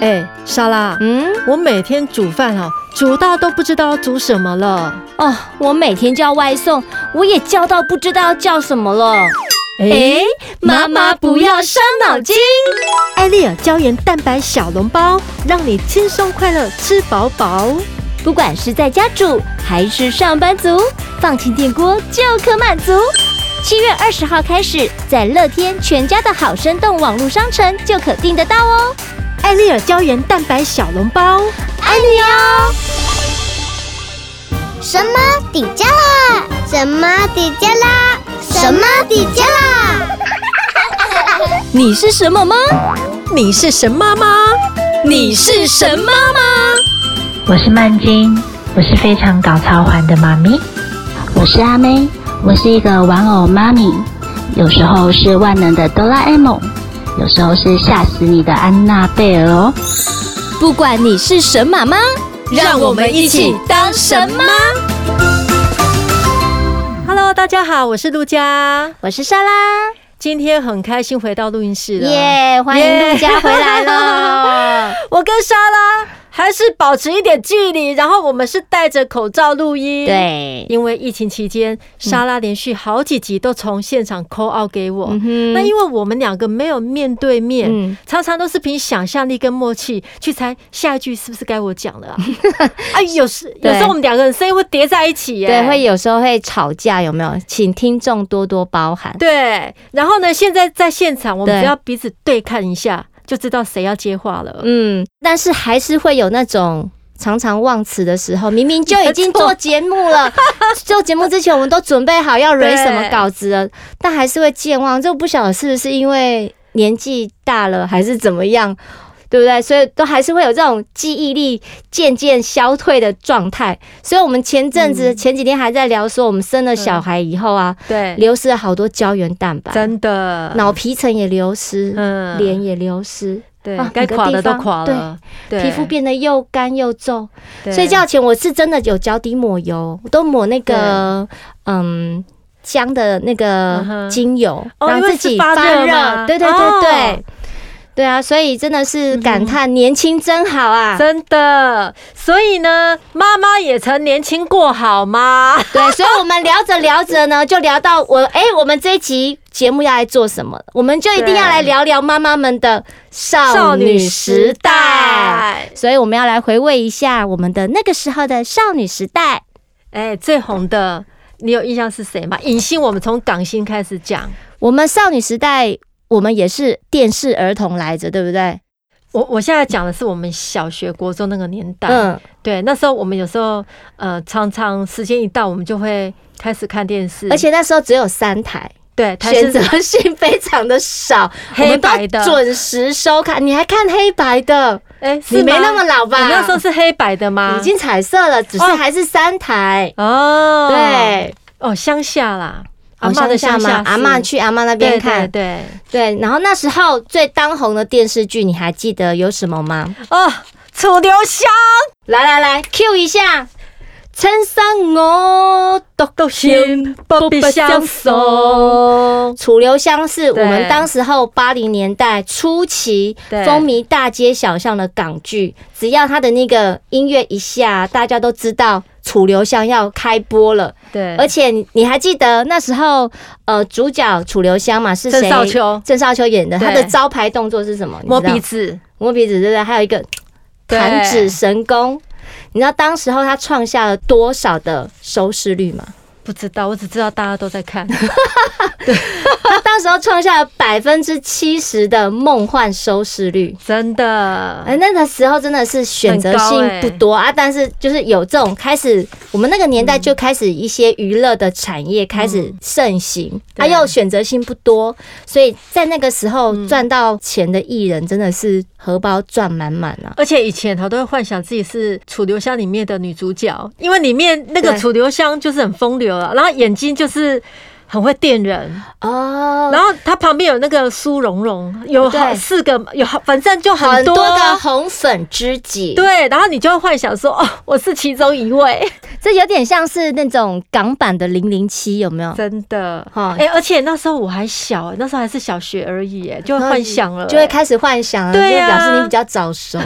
哎莎拉，嗯，我每天煮饭哈、煮到都不知道要煮什么了。哦，我每天叫外送，我也叫到不知道叫什么了。哎诶，妈妈不要伤脑筋。艾丽尔胶原蛋白小笼包，让你轻松快乐吃饱饱。不管是在家煮还是上班族，放进电锅就可满足。七月二十号开始，在乐天全家的好生动网络商城就可订得到哦。艾丽尔胶原蛋白小笼包，爱你哦！什么底加啦？什么底加啦？什么底加啦？你是什么吗？你是神妈妈，你是神妈吗？我是曼君，我是非常搞超环的妈咪。我是阿妹，我是一个玩偶妈咪，有时候是万能的哆啦 A 梦，有时候是吓死你的安娜贝尔哦。不管你是神妈妈，让我们一起当神妈。 Hello，大家好，我是陆佳，我是莎拉，今天很开心回到录音室了。耶！欢迎陆家回来了。 我跟莎拉还是保持一点距离，然后我们是戴着口罩录音。。对，嗯因为疫情期间，莎拉连续好几集都从现场 call out 给我。嗯哼那因为我们两个没有面对面，嗯常常都是凭想象力跟默契去猜下一句是不是该我讲 了啊？哎，有时有时对候我们两个人声音会叠在一起耶，对，会有时候会吵架，有没有？请听众多多包涵。对。然后呢，现在在现场，我们对只要彼此对看一下，就知道谁要接话了。嗯，但是还是会有那种常常忘词的时候，明明就已经做节目 了，做节目之前我们都准备好要蕊什么稿子了，但还是会健忘，就不晓得是不是因为年纪大了还是怎么样。对不对？所以都还是会有这种记忆力渐渐消退的状态。所以，我们前阵子、前几天还在聊说，我们生了小孩以后啊，嗯对，流失了好多胶原蛋白，真的，脑皮层也流失，嗯脸也流失，对啊该每个垮的地都方垮对了，对皮肤变得又干又皱。对睡觉前我是真的有脚底抹油，我都抹那个嗯姜的那嗯个哼精油，哦让因为自是己发热热。吗对对对对。哦对啊，所以真的是感叹年轻真好啊！真的，所以呢，妈妈也曾年轻过，好吗？对，所以我们聊着聊着呢，就聊到我哎、我们这一集节目要来做什么？我们就一定要来聊聊妈妈们的少女时代。，所以我们要来回味一下我们的那个时候的少女时代。哎，最红的，你有印象是谁吗？影星，我们从港星开始讲。我们少女时代，我们也是电视儿童来着，对不对？我我现在讲的是我们小学、国中那个年代，嗯，对，那时候我们有时候呃，常常时间一到，我们就会开始看电视，而且那时候只有三台，对，台选视择性非常的少，我 黑们都白的准时收看。你还看黑白的？哎，是你没吗那么老吧？你那时候是黑白的吗？已经彩色了，只是啊哦还是三台。哦，，对，哦，乡下啦，好阿妈像的下乡嘛下，阿妈嬷去阿嬷那对边对看。对。对，然后那时候最当红的电视剧，你还记得有什么吗？哦，楚留香来来来，Q 一下。衬衫我都都心不必相送。楚留香是我对们当时候八零年代初期对风靡大街小巷的港剧，只要它的那个音乐一下，大家都知道楚留香要开播了。对，而且你你还记得那时候，呃，主角楚留香嘛是谁？郑少秋郑少秋演的，对他的招牌动作是什么？你知道摸鼻子，摸鼻子，对不对？还有一个对弹指神功。你知道当时候他创下了多少的收视率吗？不知道，我只知道大家都在看。他当时候创下了百分之七十的梦幻收视率。真 的，哎，那个时候真的是选择很高性欸不多、啊，但是就是有这种开始，我们那个年代就开始一些娱乐的产业开始盛行，它、嗯对啊又选择性不多，所以在那个时候赚到钱的艺人真的是荷包赚满满啊。而且以前他都会幻想自己是《楚留香》里面的女主角，因为里面那个对楚留香就是很风流啊，然后眼睛就是很会电人，哦，嗯然后他旁边有那个苏蓉蓉，有好对四个，有好反正就很很多多啊的红粉知己，，对，然后你就会幻想说，哦，我是其中一 位，这有点像是那种港版的零零七，有没有？真的。哈哎、而且那时候我还小，那时候还是小学而已，哎，就会幻想了，嗯就会开始幻想了，对就表示啊你比较早 熟。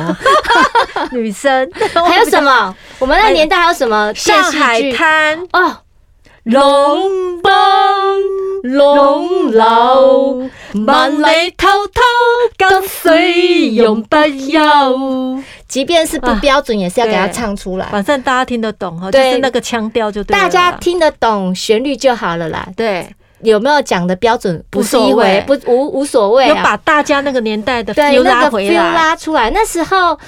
女生，还有什么？我们那个年代还有什么 电哎上视海剧？滩、哦，龙帮、龙楼万里滔滔，江水永不休。即便是啊不标准，也是要给它唱出来，反正大家听得懂哈，就对是那个腔调就对了啊大啦。家听得懂旋律就好了啦。对，有没有讲的标准不是一无所回谓，不无无所谓有啊。把大家那个年代的对 feel 那拉个回 feel 来。拉出来，那时候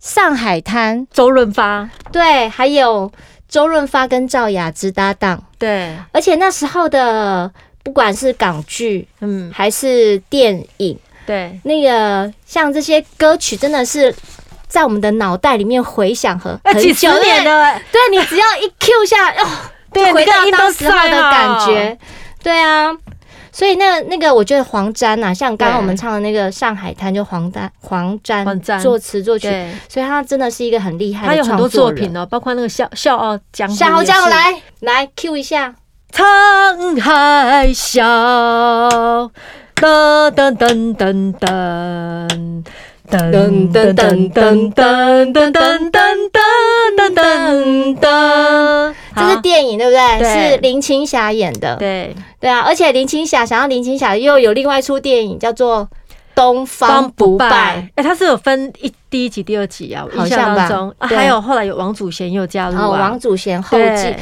上海滩周润发，对，还有周润发跟赵雅芝搭档，对，而且那时候的不管是港剧嗯，还是电影，对，那个像这些歌曲真的是在我们的脑袋里面回响很哎，很几十久，年对了，哎对你只要一 Q 下，哦， 对就回你到看音都当时候的在啊感觉，对啊。所以那那个，我觉得黄沾呐、啊，像刚刚我们唱的那个《上海滩》，就黄沾黄沾黄沾作词作曲，对，所以他真的是一个很厉害他的有很创多作作人品哦，啊包括那个笑笑傲江湖，夏侯江，来来 Q 一下，沧海笑，噔噔噔噔噔。噔噔噔噔噔噔噔噔噔噔噔噔，这是电影对不对？对是林青霞演的，对对啊，而且林青霞想要林青霞又有另外一出电影叫做《东方方不不败》，败，哎，他是有分一第一集、第二集啊，我好印像象吧当中，啊对还有后来有王祖贤又加入然后啊，哦王祖贤后继对。，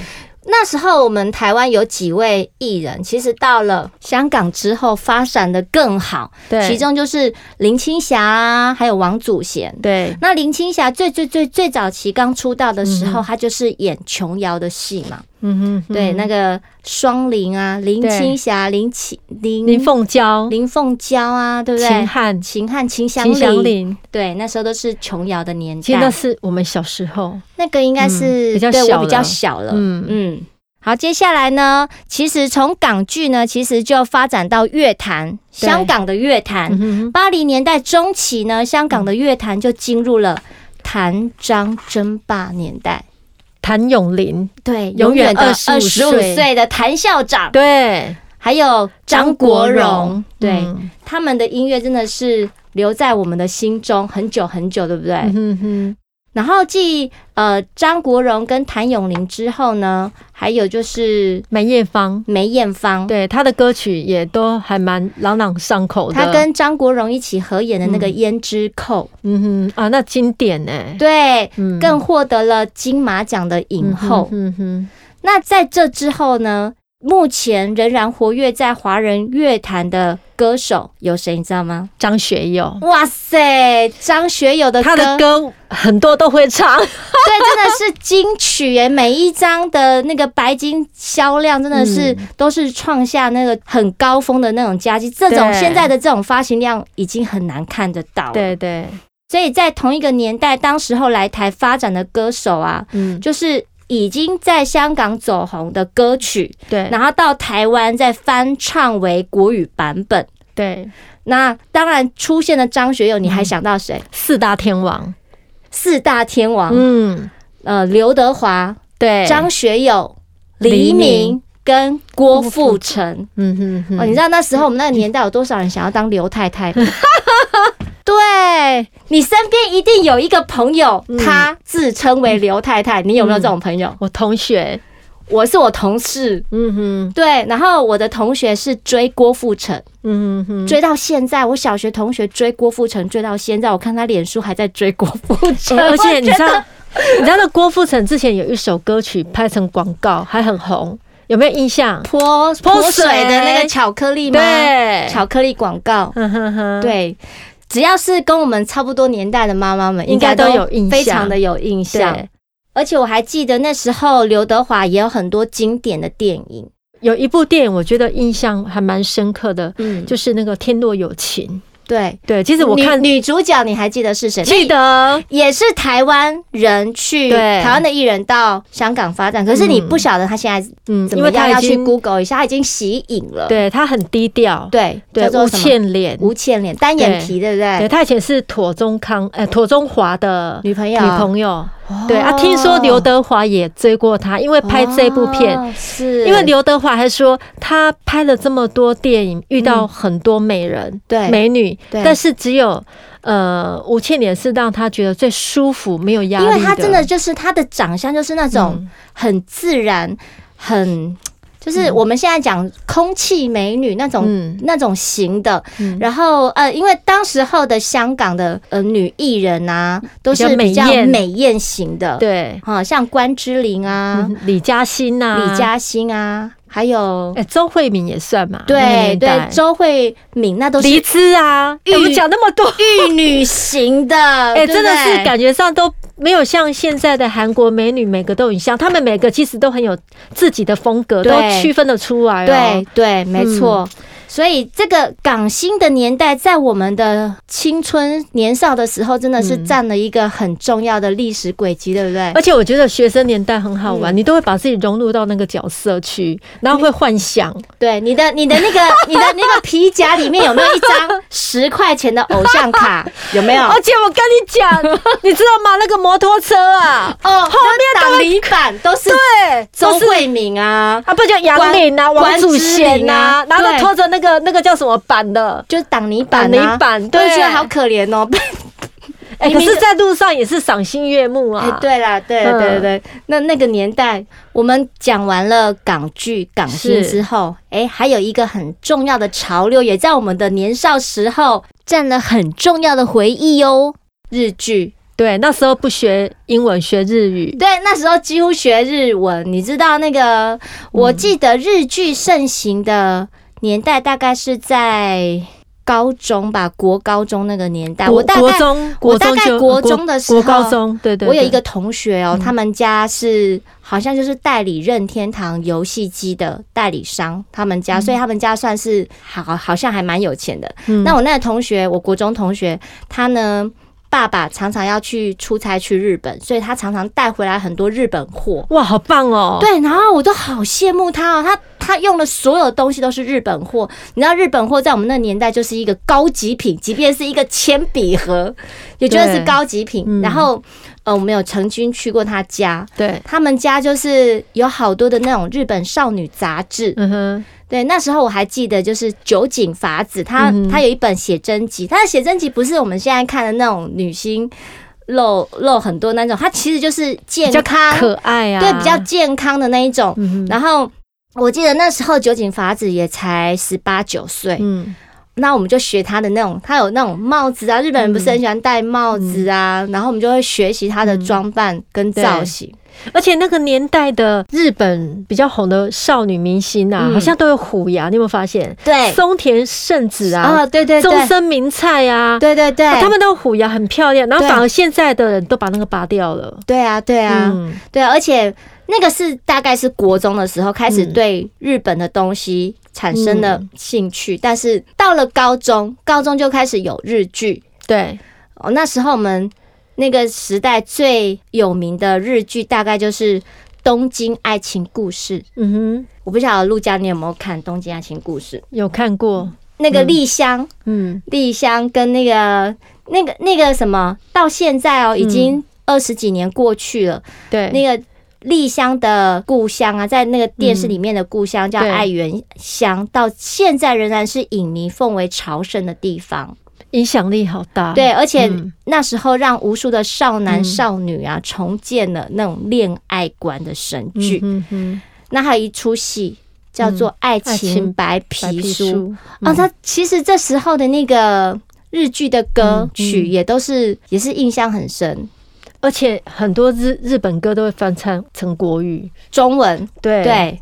那时候我们台湾有几位艺人，其实到了香港之后发展的更好，对其中就是林青霞啊，还有王祖贤。对那林青霞最最最最早期刚出道的时候，嗯她就是演琼瑶的戏嘛，嗯哼，对，嗯那个双林啊，林对青霞、林青林林凤娇、林凤娇啊，对不对？秦汉、秦汉、秦香秦祥林，对，那时候都是琼瑶的年其实那代，是我们小时候，那个应该是、嗯比较对小我比较了小了，嗯嗯嗯。好，接下来呢，其实从港剧呢，其实就发展到乐坛，对香港的乐坛。嗯哼，八零年代中期呢，香港的乐坛就进入了谭张争霸年代。谭咏麟，对，永远的25十五岁岁的谭校长，对，还有张国荣，对、嗯他们的音乐真的是留在我们的心中很久很久，对不对？嗯哼，然后继呃张国荣跟谭咏麟之后呢，还有就是梅艳芳。梅艳芳，对他的歌曲也都还蛮朗朗上口的，她跟张国荣一起合演的那个《嗯胭脂扣嗯哼啊那经典呢、》，对，嗯更获得了金马奖的影后。嗯哼那在这之后呢，目前仍然活跃在华人乐坛的歌手有谁你知道吗？张学友，哇塞，张学友的歌，他的歌很多都会唱， 对，真的是金曲耶！每一张的那个白金销量真的是、嗯都是创下那个很高峰的那种佳绩。这种对现在的这种发行量已经很难看得到。，对对，所以在同一个年代，当时候来台发展的歌手啊，嗯就是已经在香港走红的歌曲，对，然后到台湾再翻唱为国语版本。对那当然出现了张学友，你嗯还想到谁？四大天王，四大天王，嗯，呃，刘德华，对，张学友、哎黎黎明明跟郭富城。嗯哼哼哦，你知道那时候我们那个年代有多少人想要当刘太太？ 对你身边一定有一个朋友，他自称为刘太太，你有没有这种朋友？我同学，我是我同事，嗯哼，对，然后我的同学是追郭富城，嗯哼哼，追到现在，我小学同学追郭富城追到现在，我看他脸书还在追郭富 城，而且我你觉知得道，你知道那郭富城之前有一首歌曲拍成广告，还很红，有没有印象？泼泼泼水水的那个巧克力吗？对， 巧克力广告，嗯哼哼，对，只要是跟我们差不多年代的妈妈们，应该都有印象非常的有印象对。而且我还记得那时候刘德华也有很多经典的电影，有一部电影我觉得印象还蛮深刻的，嗯，就是那个《天若有情》。对，对，其实我看女女主角，你还记得是谁？记得，也是台湾人去对台湾的艺人到香港发展，可是你不晓得他现在嗯，怎因么为样，他要已去经 Google 一下，他已经息影了。对他很低调，对对，叫做吴什么？倩莲，吴倩莲单眼皮，对不对对？他以前是妥中康，呃，妥中华的女朋女友，朋友，哦对啊，听说刘德华也追过她，因为拍这部片。哦是因为刘德华还说，他拍了这么多电影，遇到很多美人、嗯对美女，对但是只有呃吴倩莲是让他觉得最舒服、没有压力因的。为他真的就是他的长相就是那种嗯很自然，很就是我们现在讲空气美女那种、嗯那种型的。嗯然后呃，因为当时候的香港的呃女艺人啊，都是比比较较美艳美艳型的，，对、啊、像关之琳啊、嗯李嘉欣呐、李嘉欣啊，还有、哎、周慧敏也算嘛，那个对年代对周慧敏，那都是黎姿啊，哎我们讲那么多，玉女型 的，哎、哎真的是感觉上都没有像现在的韩国美女每个都很像，她们每个其实都很有自己的风格，都对区分得出来、哦。嗯对对，没错。所以这个港星的年代，在我们的青春年少的时候，真的是嗯哎占了一个很重要的历史轨迹，对不对而？且我觉得学生年代很好嗯玩，你都会把自己融入到那个角色去，然后会幻想。对，你的你的那个你的那个皮夹里面有没有 一张十块钱的偶像卡？有没有？而且哦我跟你讲， 你知道吗？那个摩托车啊，哦，后面都挡会泥板都是对，周都是慧敏啊，啊，不就杨关林啊、王关祖之贤琳啊啊，然后都对拖着那个那个叫什么板的，就是挡泥板、啊，挡泥板都对觉得好可怜哦。哎、明可明是，就在路上也是赏心悦目啊。哎，对啦，对嗯对对对，那那个年代，我们讲完了港剧、港星是之后，哎，还有一个很重要的潮流，也在我们的年少时候占了很重要的回忆哦。日剧，对，那时候不学英文，学日语。对，那时候几乎学日文。你知道那个，嗯我记得日剧盛行的年代大概是在高中吧，国高中那个年代。哎我大概国中，国中大概就国中的时候国高中，对对对我有一个同学哦，嗯他们家是好像就是代理任天堂游戏机的代理商，他们家，所以他们家算是好，好像还蛮有钱的。嗯那我那个同学，我国中同学，他呢，爸爸常常要去出差去日本，所以他常常带回来很多日本货。哇，好棒哦！，对，然后我都好羡慕他哦，他他用的所有东西都是日本货。你知道日本货在我们那年代就是一个高级品，即便是一个铅笔盒，也觉得是对高级品。嗯然后呃，我们有曾经去过他家，对，他们家就是有好多的那种日本少女杂志。嗯哼，对，那时候我还记得，就是酒井法子，她嗯哼她有一本写真集，她的写真集不是我们现在看的那种女星露露很多那种，她其实就是健比较康可爱啊，对，比较健康的那一种。嗯哼，然后我记得那时候酒井法子也才十八九岁，嗯，那我们就学她的那种，她有那种帽子啊，日本人不是很喜欢戴帽子啊，嗯然后我们就会学习她的装扮跟造型。而且那个年代的日本比较红的少女明星啊，嗯好像都有虎牙，你有没有发现？对松田圣子啊、啊，对对中对，森明菜啊，对对对，啊他们都有虎牙很漂亮，然后对反而现在的人都把那个拔掉了。对啊对啊、嗯，对啊，而且那个是大概是国中的时候开始嗯对日本的东西。产生了兴趣，但是到了高中，高中就开始有日剧，对，哦，那时候我们那个时代最有名的日剧大概就是《东京爱情故事》。嗯哼，我不晓得陆家你有没有看《东京爱情故事》？有看过，那个丽香，嗯，丽、香跟那个、那个、那个什么，到现在哦，已经二十几年过去了。嗯对，那个丽香的故乡啊，在那个电视里面的故乡叫嗯对爱媛乡，到现在仍然是影迷奉为朝圣的地方。影响力好大。对，而且嗯那时候让无数的少嗯男少女啊，重建了那种恋爱观的神剧。嗯哼，那还有一出戏叫做《爱爱情情白白皮皮书》书嗯啊，它其实这时候的那个日剧的歌嗯曲也都是、也是印象很深，而且很多日日本歌都会翻唱成国语，中文对对。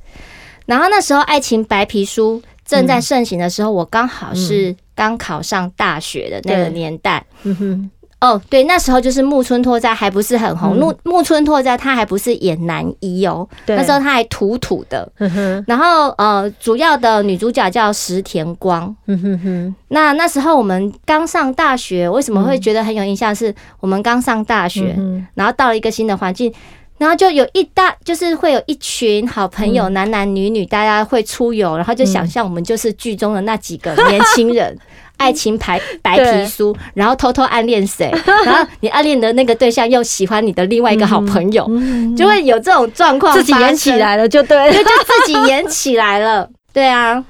然后那时候《爱情白皮书》正嗯在盛行的时候，我刚好是刚考上大学的那个对年代。嗯哼，哦，对，那时候就是木村拓哉还不是很红，嗯木木村拓哉他还不是演男一哦，对那时候他还土土的。哼哼然后呃，主要的女主角叫石田光。嗯哼哼哼，那那时候我们刚上大学，为什么会觉得很有印象？是我们刚上大学，嗯然后到了一个新的环境，然后就有一大就是会有一群好朋友，男男女女，大家会出游，然后就嗯想象我们就是剧中的那几个年 轻人。爱情白白皮书，然后偷偷暗 恋谁，然后你暗恋的那个对象又喜欢你的另外一个好朋友，嗯就会有这种状况自己演发起生，来了就对了。对，就自己演起来了，对啊，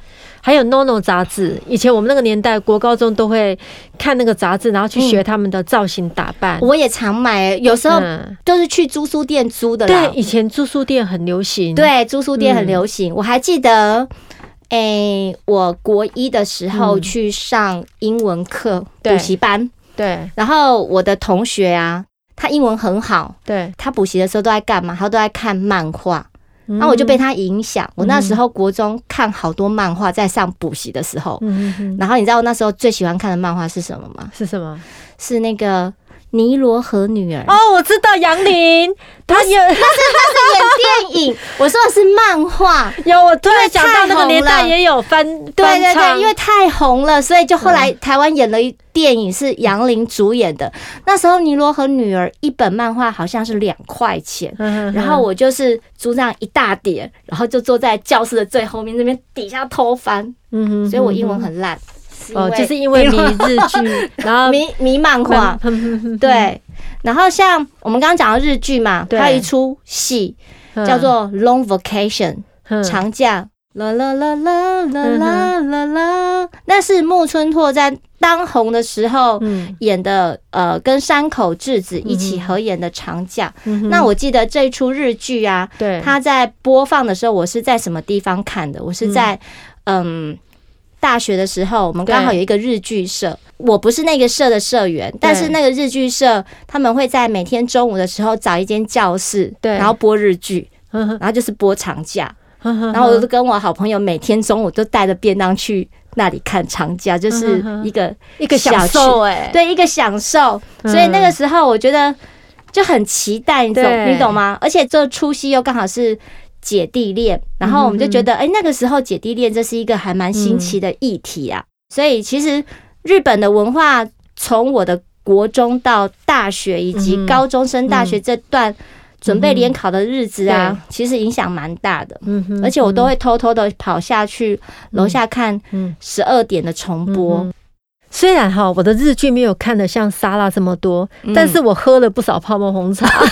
还有 NONO 杂志，以前我们那个年代国高中都会看那个杂志，然后去学他们的造型打扮。嗯我也常买、有时候嗯都是去租书店租的啦对，，以前住宿店很流行。，对，租书店嗯很流行。我还记得，诶、我国一的时候嗯去上英文课对补习班，对然后我的同学啊，他英文很好，对，他补习的时候都在干嘛？他都在看漫画，然然后我就被他影响。我嗯那时候国中看好多漫画，在上补习的时候。嗯哼哼然后你知道我那时候最喜欢看的漫画是什么吗？是什么？是那个《尼罗河女儿》哦，我知道杨林，他有演电影，我说的是漫画。 有，我突然想到那个年太代红了也有翻对对翻唱嗯对，因为太红了，所以就后来台湾演了一电影是杨林主演的。那时候《尼罗河女儿》一本漫画好像是两块钱，嗯哼然后我就是租这样一大叠，然后就坐在教室的最后面那边底下偷翻，嗯哼所以我英文很烂。是哦，就是因为迷日剧， 然后嗯迷迷漫画，对。对然后像我们刚刚讲的日剧嘛，对它有一出戏嗯叫做《Long Vacation》。嗯长假。啦啦啦啦啦啦啦啦，那是木村拓哉当红的时候嗯演的，呃，跟山口智子一起合演的《长假》。嗯哼那我记得这一出日剧啊，对它在播放的时候，我是在什么地方看的？我是在嗯大学的时候，我们刚好对有一个日剧社，我不是那个社的社员，但是那个日剧社他们会在每天中午的时候找一间教室，对然后播日剧，嗯哼然后就是播长假。嗯哼然后我就跟我好朋友每天中午都带着便当去那里看长假，就是嗯哼哼一个一个享受哎，对一个享受。嗯所以那个时候我觉得就很期待，你懂对你懂吗？而且这出戏又刚好是姐弟恋，然后我们就嗯觉得，哎，那个时候姐弟恋这是一个还蛮新奇的议题嗯啊。所以其实日本的文化从我的国中到大学以及嗯高中升大学这段准备联考的日子啊，对其实影响蛮大的。嗯哼而且我都会偷偷的跑下去楼下看嗯十二点的重播。嗯虽然哈，我的日剧没有看的像莎拉这么多，嗯但是我喝了不少泡沫红茶， 嗯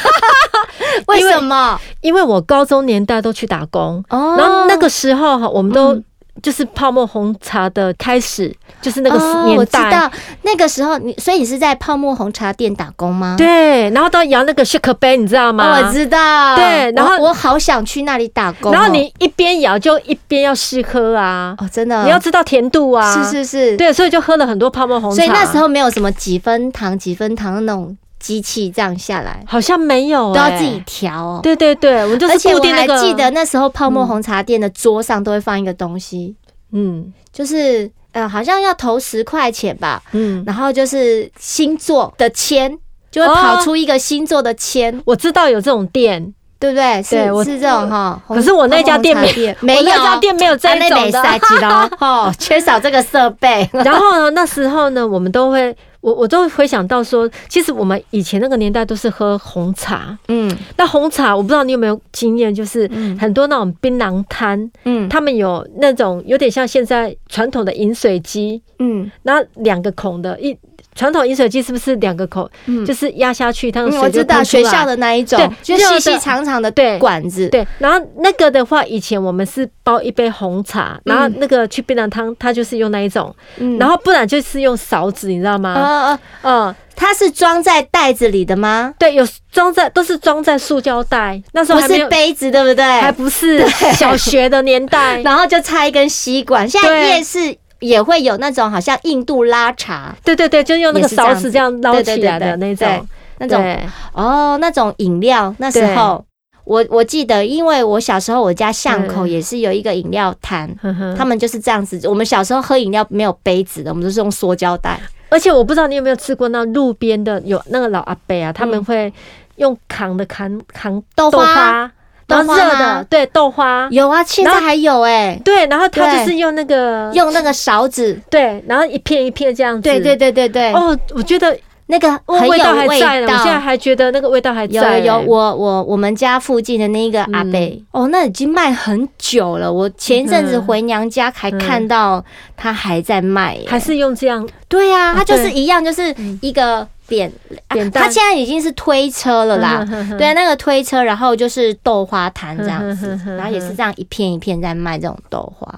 为什么？因为我高中年代都去打工，哦然后那个时候哈，我们都嗯就是泡沫红茶的开始，就是那哦个我年知代。道那个时候你，所以你是在泡沫红茶店打工吗？对，然后到摇那个 shake 杯，你知道哦，吗？我知道。对然后我我好想去那里打工哦。然后你一边摇就一边要试喝啊，哦，真的你要知道甜度啊。是是是，。对，所以就喝了很多泡沫红茶。所以那时候没有什么几分糖几分糖的那种机器，这样下来好像没有、都欸，要自己。调哦。对对对，我们就而是且固我定那还个。记得，那时候泡沫红茶店的桌上都会放一个东西，嗯就是呃，好像要投十块钱吧，嗯，然后就是星座的签，就会跑出一个星座的签，我知道有这种店，对不对？是对我是这种哈。红可是我那家店没红茶哦店没有，啊我那家店没有这一种的。赛季咯，哦，缺少这个设备。 然后呢，那时候呢，我们都会，我我都会回想到说，其实我们以前那个年代都是喝红茶。嗯那红茶，我不知道你有没有经验，就是很多那种槟榔摊，嗯他们有那种有点像现在传统的饮水机，嗯，那两个孔的，一传统饮水机是不是两个孔，嗯就是压下去，它的嗯水我就知喷道出学来校的那一种，就对细热细的长长的对管子，对，然后那个的话，以前我们是煲一杯红茶，然后那个去槟榔汤，它就是用那一种，嗯然后不然就是用勺子，你知道吗？呃，呃嗯，它是装在袋子里的吗？对，有装在都是装在塑胶袋，那时候不还没是有，杯子，对不对？，还不是小学的年代然后就插一根吸管。现在对夜市也会有那种好像印度拉茶对对对，就用那也个是这样勺子这样捞对对起对来的对那对种，那种对哦，那种饮料那时候。我我记得，因为我小时候我家巷口嗯也是有一个饮料摊，呵呵他们就是这样子。我们小时候喝饮料没有杯子的，我们都是用塑胶袋。而且我不知道你有没有吃过那路边的有那个老阿伯啊，他们会用扛的扛扛豆花花，然后豆花热吗的对豆花，有啊，现在还有哎、对，然后他就对是用那个用那个勺子。对，然后一片一片这样子，对对对对对，哦，我觉得那个很有哦味道还味在呢，我道现在欸还觉得那个味道还有在。有有，我我我们家附近的那个嗯阿贝、哦，那已经卖很久了。我前一阵子嗯回娘家还嗯看到他还在卖欸耶、还是用这样对啊，它就是对一样，就是一个扁，嗯啊扁担它现在已经是推车了嗯啦。对，啊那个推车，然后就是豆花摊这样子嗯哼哼，哼然后也是这样一片一片在卖这种豆花。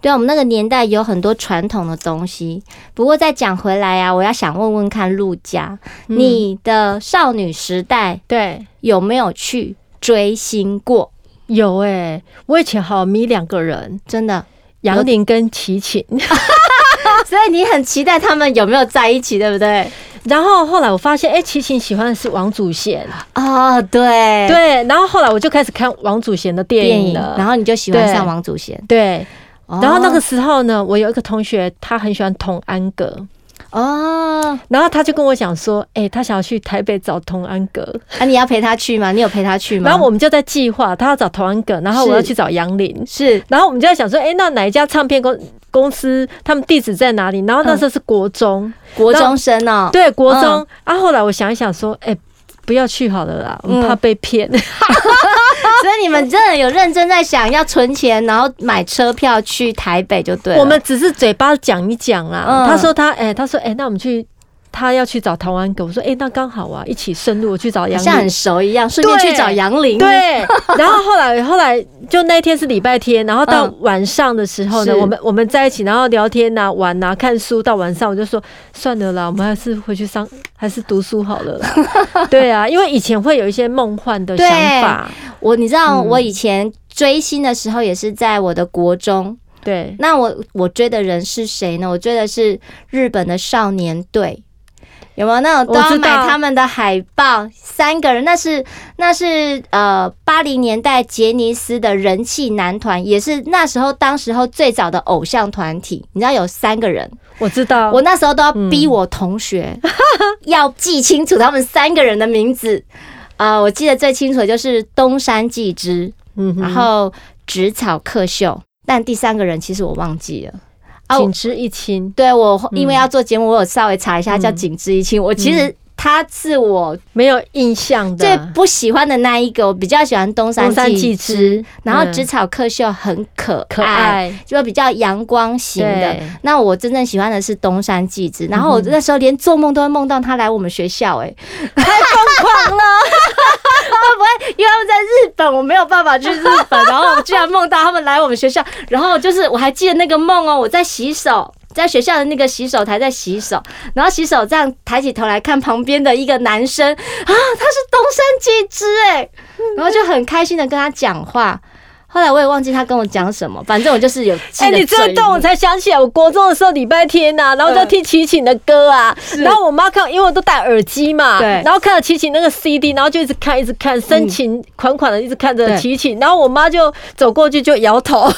对啊，我们那个年代有很多传统的东西。不过再讲回来啊，我要想问问看陆家，嗯你的少女时代对。有没有去追星过？有哎、我以前好迷两个人，真的，杨林跟齐秦， 所以你很期待他们有没有在一起，对不对？然后后来我发现，哎、齐秦喜欢的是王祖贤，哦，对对，然后后来我就开始看王祖贤的电电影影，了，然后你哦就喜欢对上王祖贤。对，然然后那个时候呢，我有一个同学，他很喜欢童安格，哦，然后他就跟我讲说，哎、他想要去台北找童安格，啊，你要陪他去吗？你有陪他去吗？然后我们就在计划，他要找童安格，然后我要是去找杨林，是然后我们就在想说，哎、那哪一家唱片公公司，他们地址在哪里？然后那时候是国中，国中生哦，对，国中、嗯啊。后来我想一想说，哎、不要去好了啦，我嗯们怕被骗。所以你们真的有认真在想要存钱，然后买车票去台北就对了。啊我们只是嘴巴讲一讲啦。嗯他说他，哎、他说，哎、那我们去。他要去找台湾狗，我说，哎、那刚好啊，一起顺路我去找好杨像林很。熟一样，顺便去找杨林。对，然后后来后来就那一天是礼拜天，然后到嗯晚上的时候呢，是我们我们在一起，然后聊天呐、玩呐、看书，到晚上我就说算了啦，我们还是回去上还是读书好了 啦。对啊，因为以前会有一些梦幻的对想法，我你知道嗯我以前追星的时候也是在我的国中，对，那我我追的人是谁呢？我追的是日本的少年队。有没有那种都我要知道买他们的海报？三个人，那是那是呃八零年代杰尼斯的人气男团，也是那时候当时候最早的偶像团体。你知道有三个人，我知道，我那时候都要嗯逼我同学、 要记清楚他们三个人的名字。啊、我记得最清楚的就是东山纪之，嗯哼然后植草克秀，但第三个人其实我忘记了。啊我紧致一亲，对我因为要做节目，我有稍微查一下，嗯叫景之一清。我其实他是我没有印象最的。不喜欢的那一个，我比较喜欢东山东山纪纪之之，然后嗯植草克秀很可可爱，爱，就比较阳光型的对。那我真正喜欢的是东山纪之，然后我那时候连做梦都会梦到他来我们学校， 哎，因为他们在日本，我没有办法去日本，然后我居然梦到他们来我们学校，然后就是我还记得那个梦哦，我在洗手。在学校的那个洗手台在洗手，然后洗手这样抬起头来看旁边的一个男生啊，他是东山纪之哎，然后就很开心的跟他讲话。后来我也忘记他跟我讲什么，反正我就是有记哎、得你这一一段我幕嗯才想起来，我国中的时候礼拜天呐、然后就听齐秦的歌啊，然后我妈看，因为我都戴耳机嘛，对嗯然后看了齐秦那个 CD，然后就一直看，一直看，深情款款的一直看着对齐秦，然后我妈就走过去就摇头，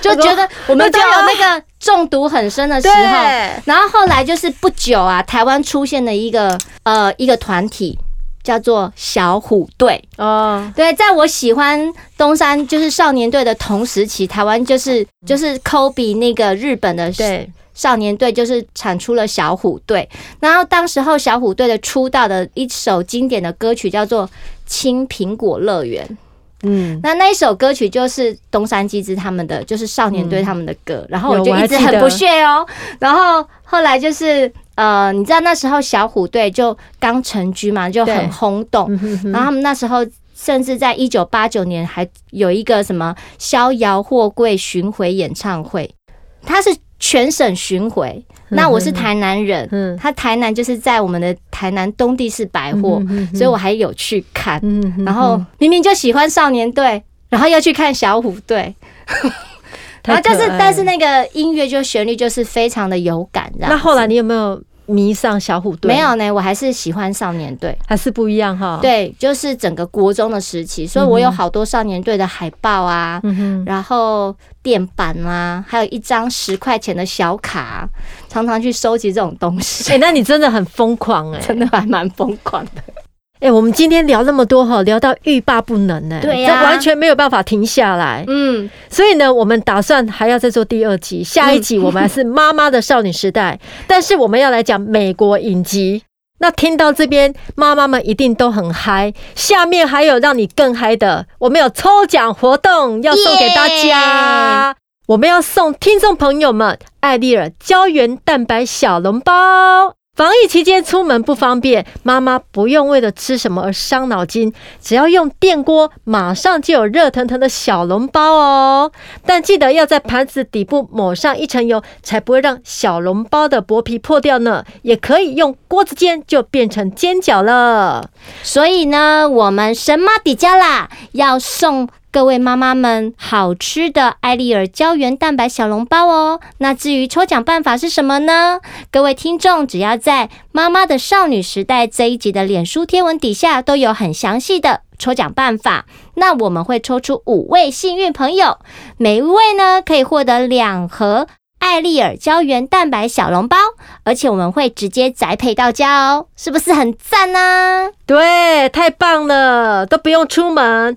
就觉得我们啊都有那个中毒很深的时候对，然后后来就是不久啊，台湾出现了一个呃一个团体。叫做小虎队， 哦，对，在我喜欢东山就是少年队的同时期，台湾就是就是 Kobe 那个日本的对，少年队就是产出了小虎队，然后当时候小虎队的出道的一首经典的歌曲叫做《青苹果乐园》，嗯，那那一首歌曲就是东山纪之他们的，就是少年队他们的歌，然后我嗯有就我一还直记很得不屑哦。然后后来就是呃，你知道那时候小虎队就刚成军嘛，就对嗯很轰动，然后他们那时候。甚至在一九八九年还有一个什么逍遥货柜巡回演唱会，它是全省巡回。那我是台南人，嗯他台南就是在我们的台南东地市百货，嗯所以我还有去看。嗯，然后明明就喜欢少年队，然后又去看小虎队，然后就是但是那那个音乐就旋律就是非常的有感，这样那后来你有没有迷上小虎队？没有，呢，我还是喜欢少年队。还是不一样哈。，对，就是整个国中的时期，所以我有好多少年队的海报啊，嗯哼，然后电板啊，还有一张十块钱的小卡，啊常常去收集这种东哎、 西，那你真的很疯狂哎、真的还蛮疯狂的。哎、我们今天聊那么多哈，聊到欲罢不能呢、哎对呀这完全没有办法停下来。嗯，所以呢，我们打算还要再做第二集，下一集我们还是妈妈的少女时代，但是我们要来讲美国影集。那听到这边，妈妈们一定都很嗨。下面还有让你更嗨的，我们有抽奖活动要送给大家。我们要送听众朋友们艾丽尔胶原蛋白小笼包。防疫期间出门不方便，妈妈不用为了吃什么而伤脑筋，只要用电锅，马上就有热腾腾的小笼包哦。但记得要在盘子底部抹上一层油，才不会让小笼包的薄皮破掉呢。也可以用锅子煎，就变成煎饺了。所以呢，我们神马底加啦，要送各位妈妈们好吃的艾丽尔胶原蛋白小笼包哦。那至于抽奖办法是什么呢？各位听众只要在《妈妈的少女时代》这一集的脸书贴文底下都有很详细的抽奖办法。那我们会抽出五位幸运朋友，每一位呢可以获得两盒。艾丽尔胶原蛋白小笼包，而且我们会直接宅配到家哦，是不是很赞啊呢、对，太棒了，都不用出门。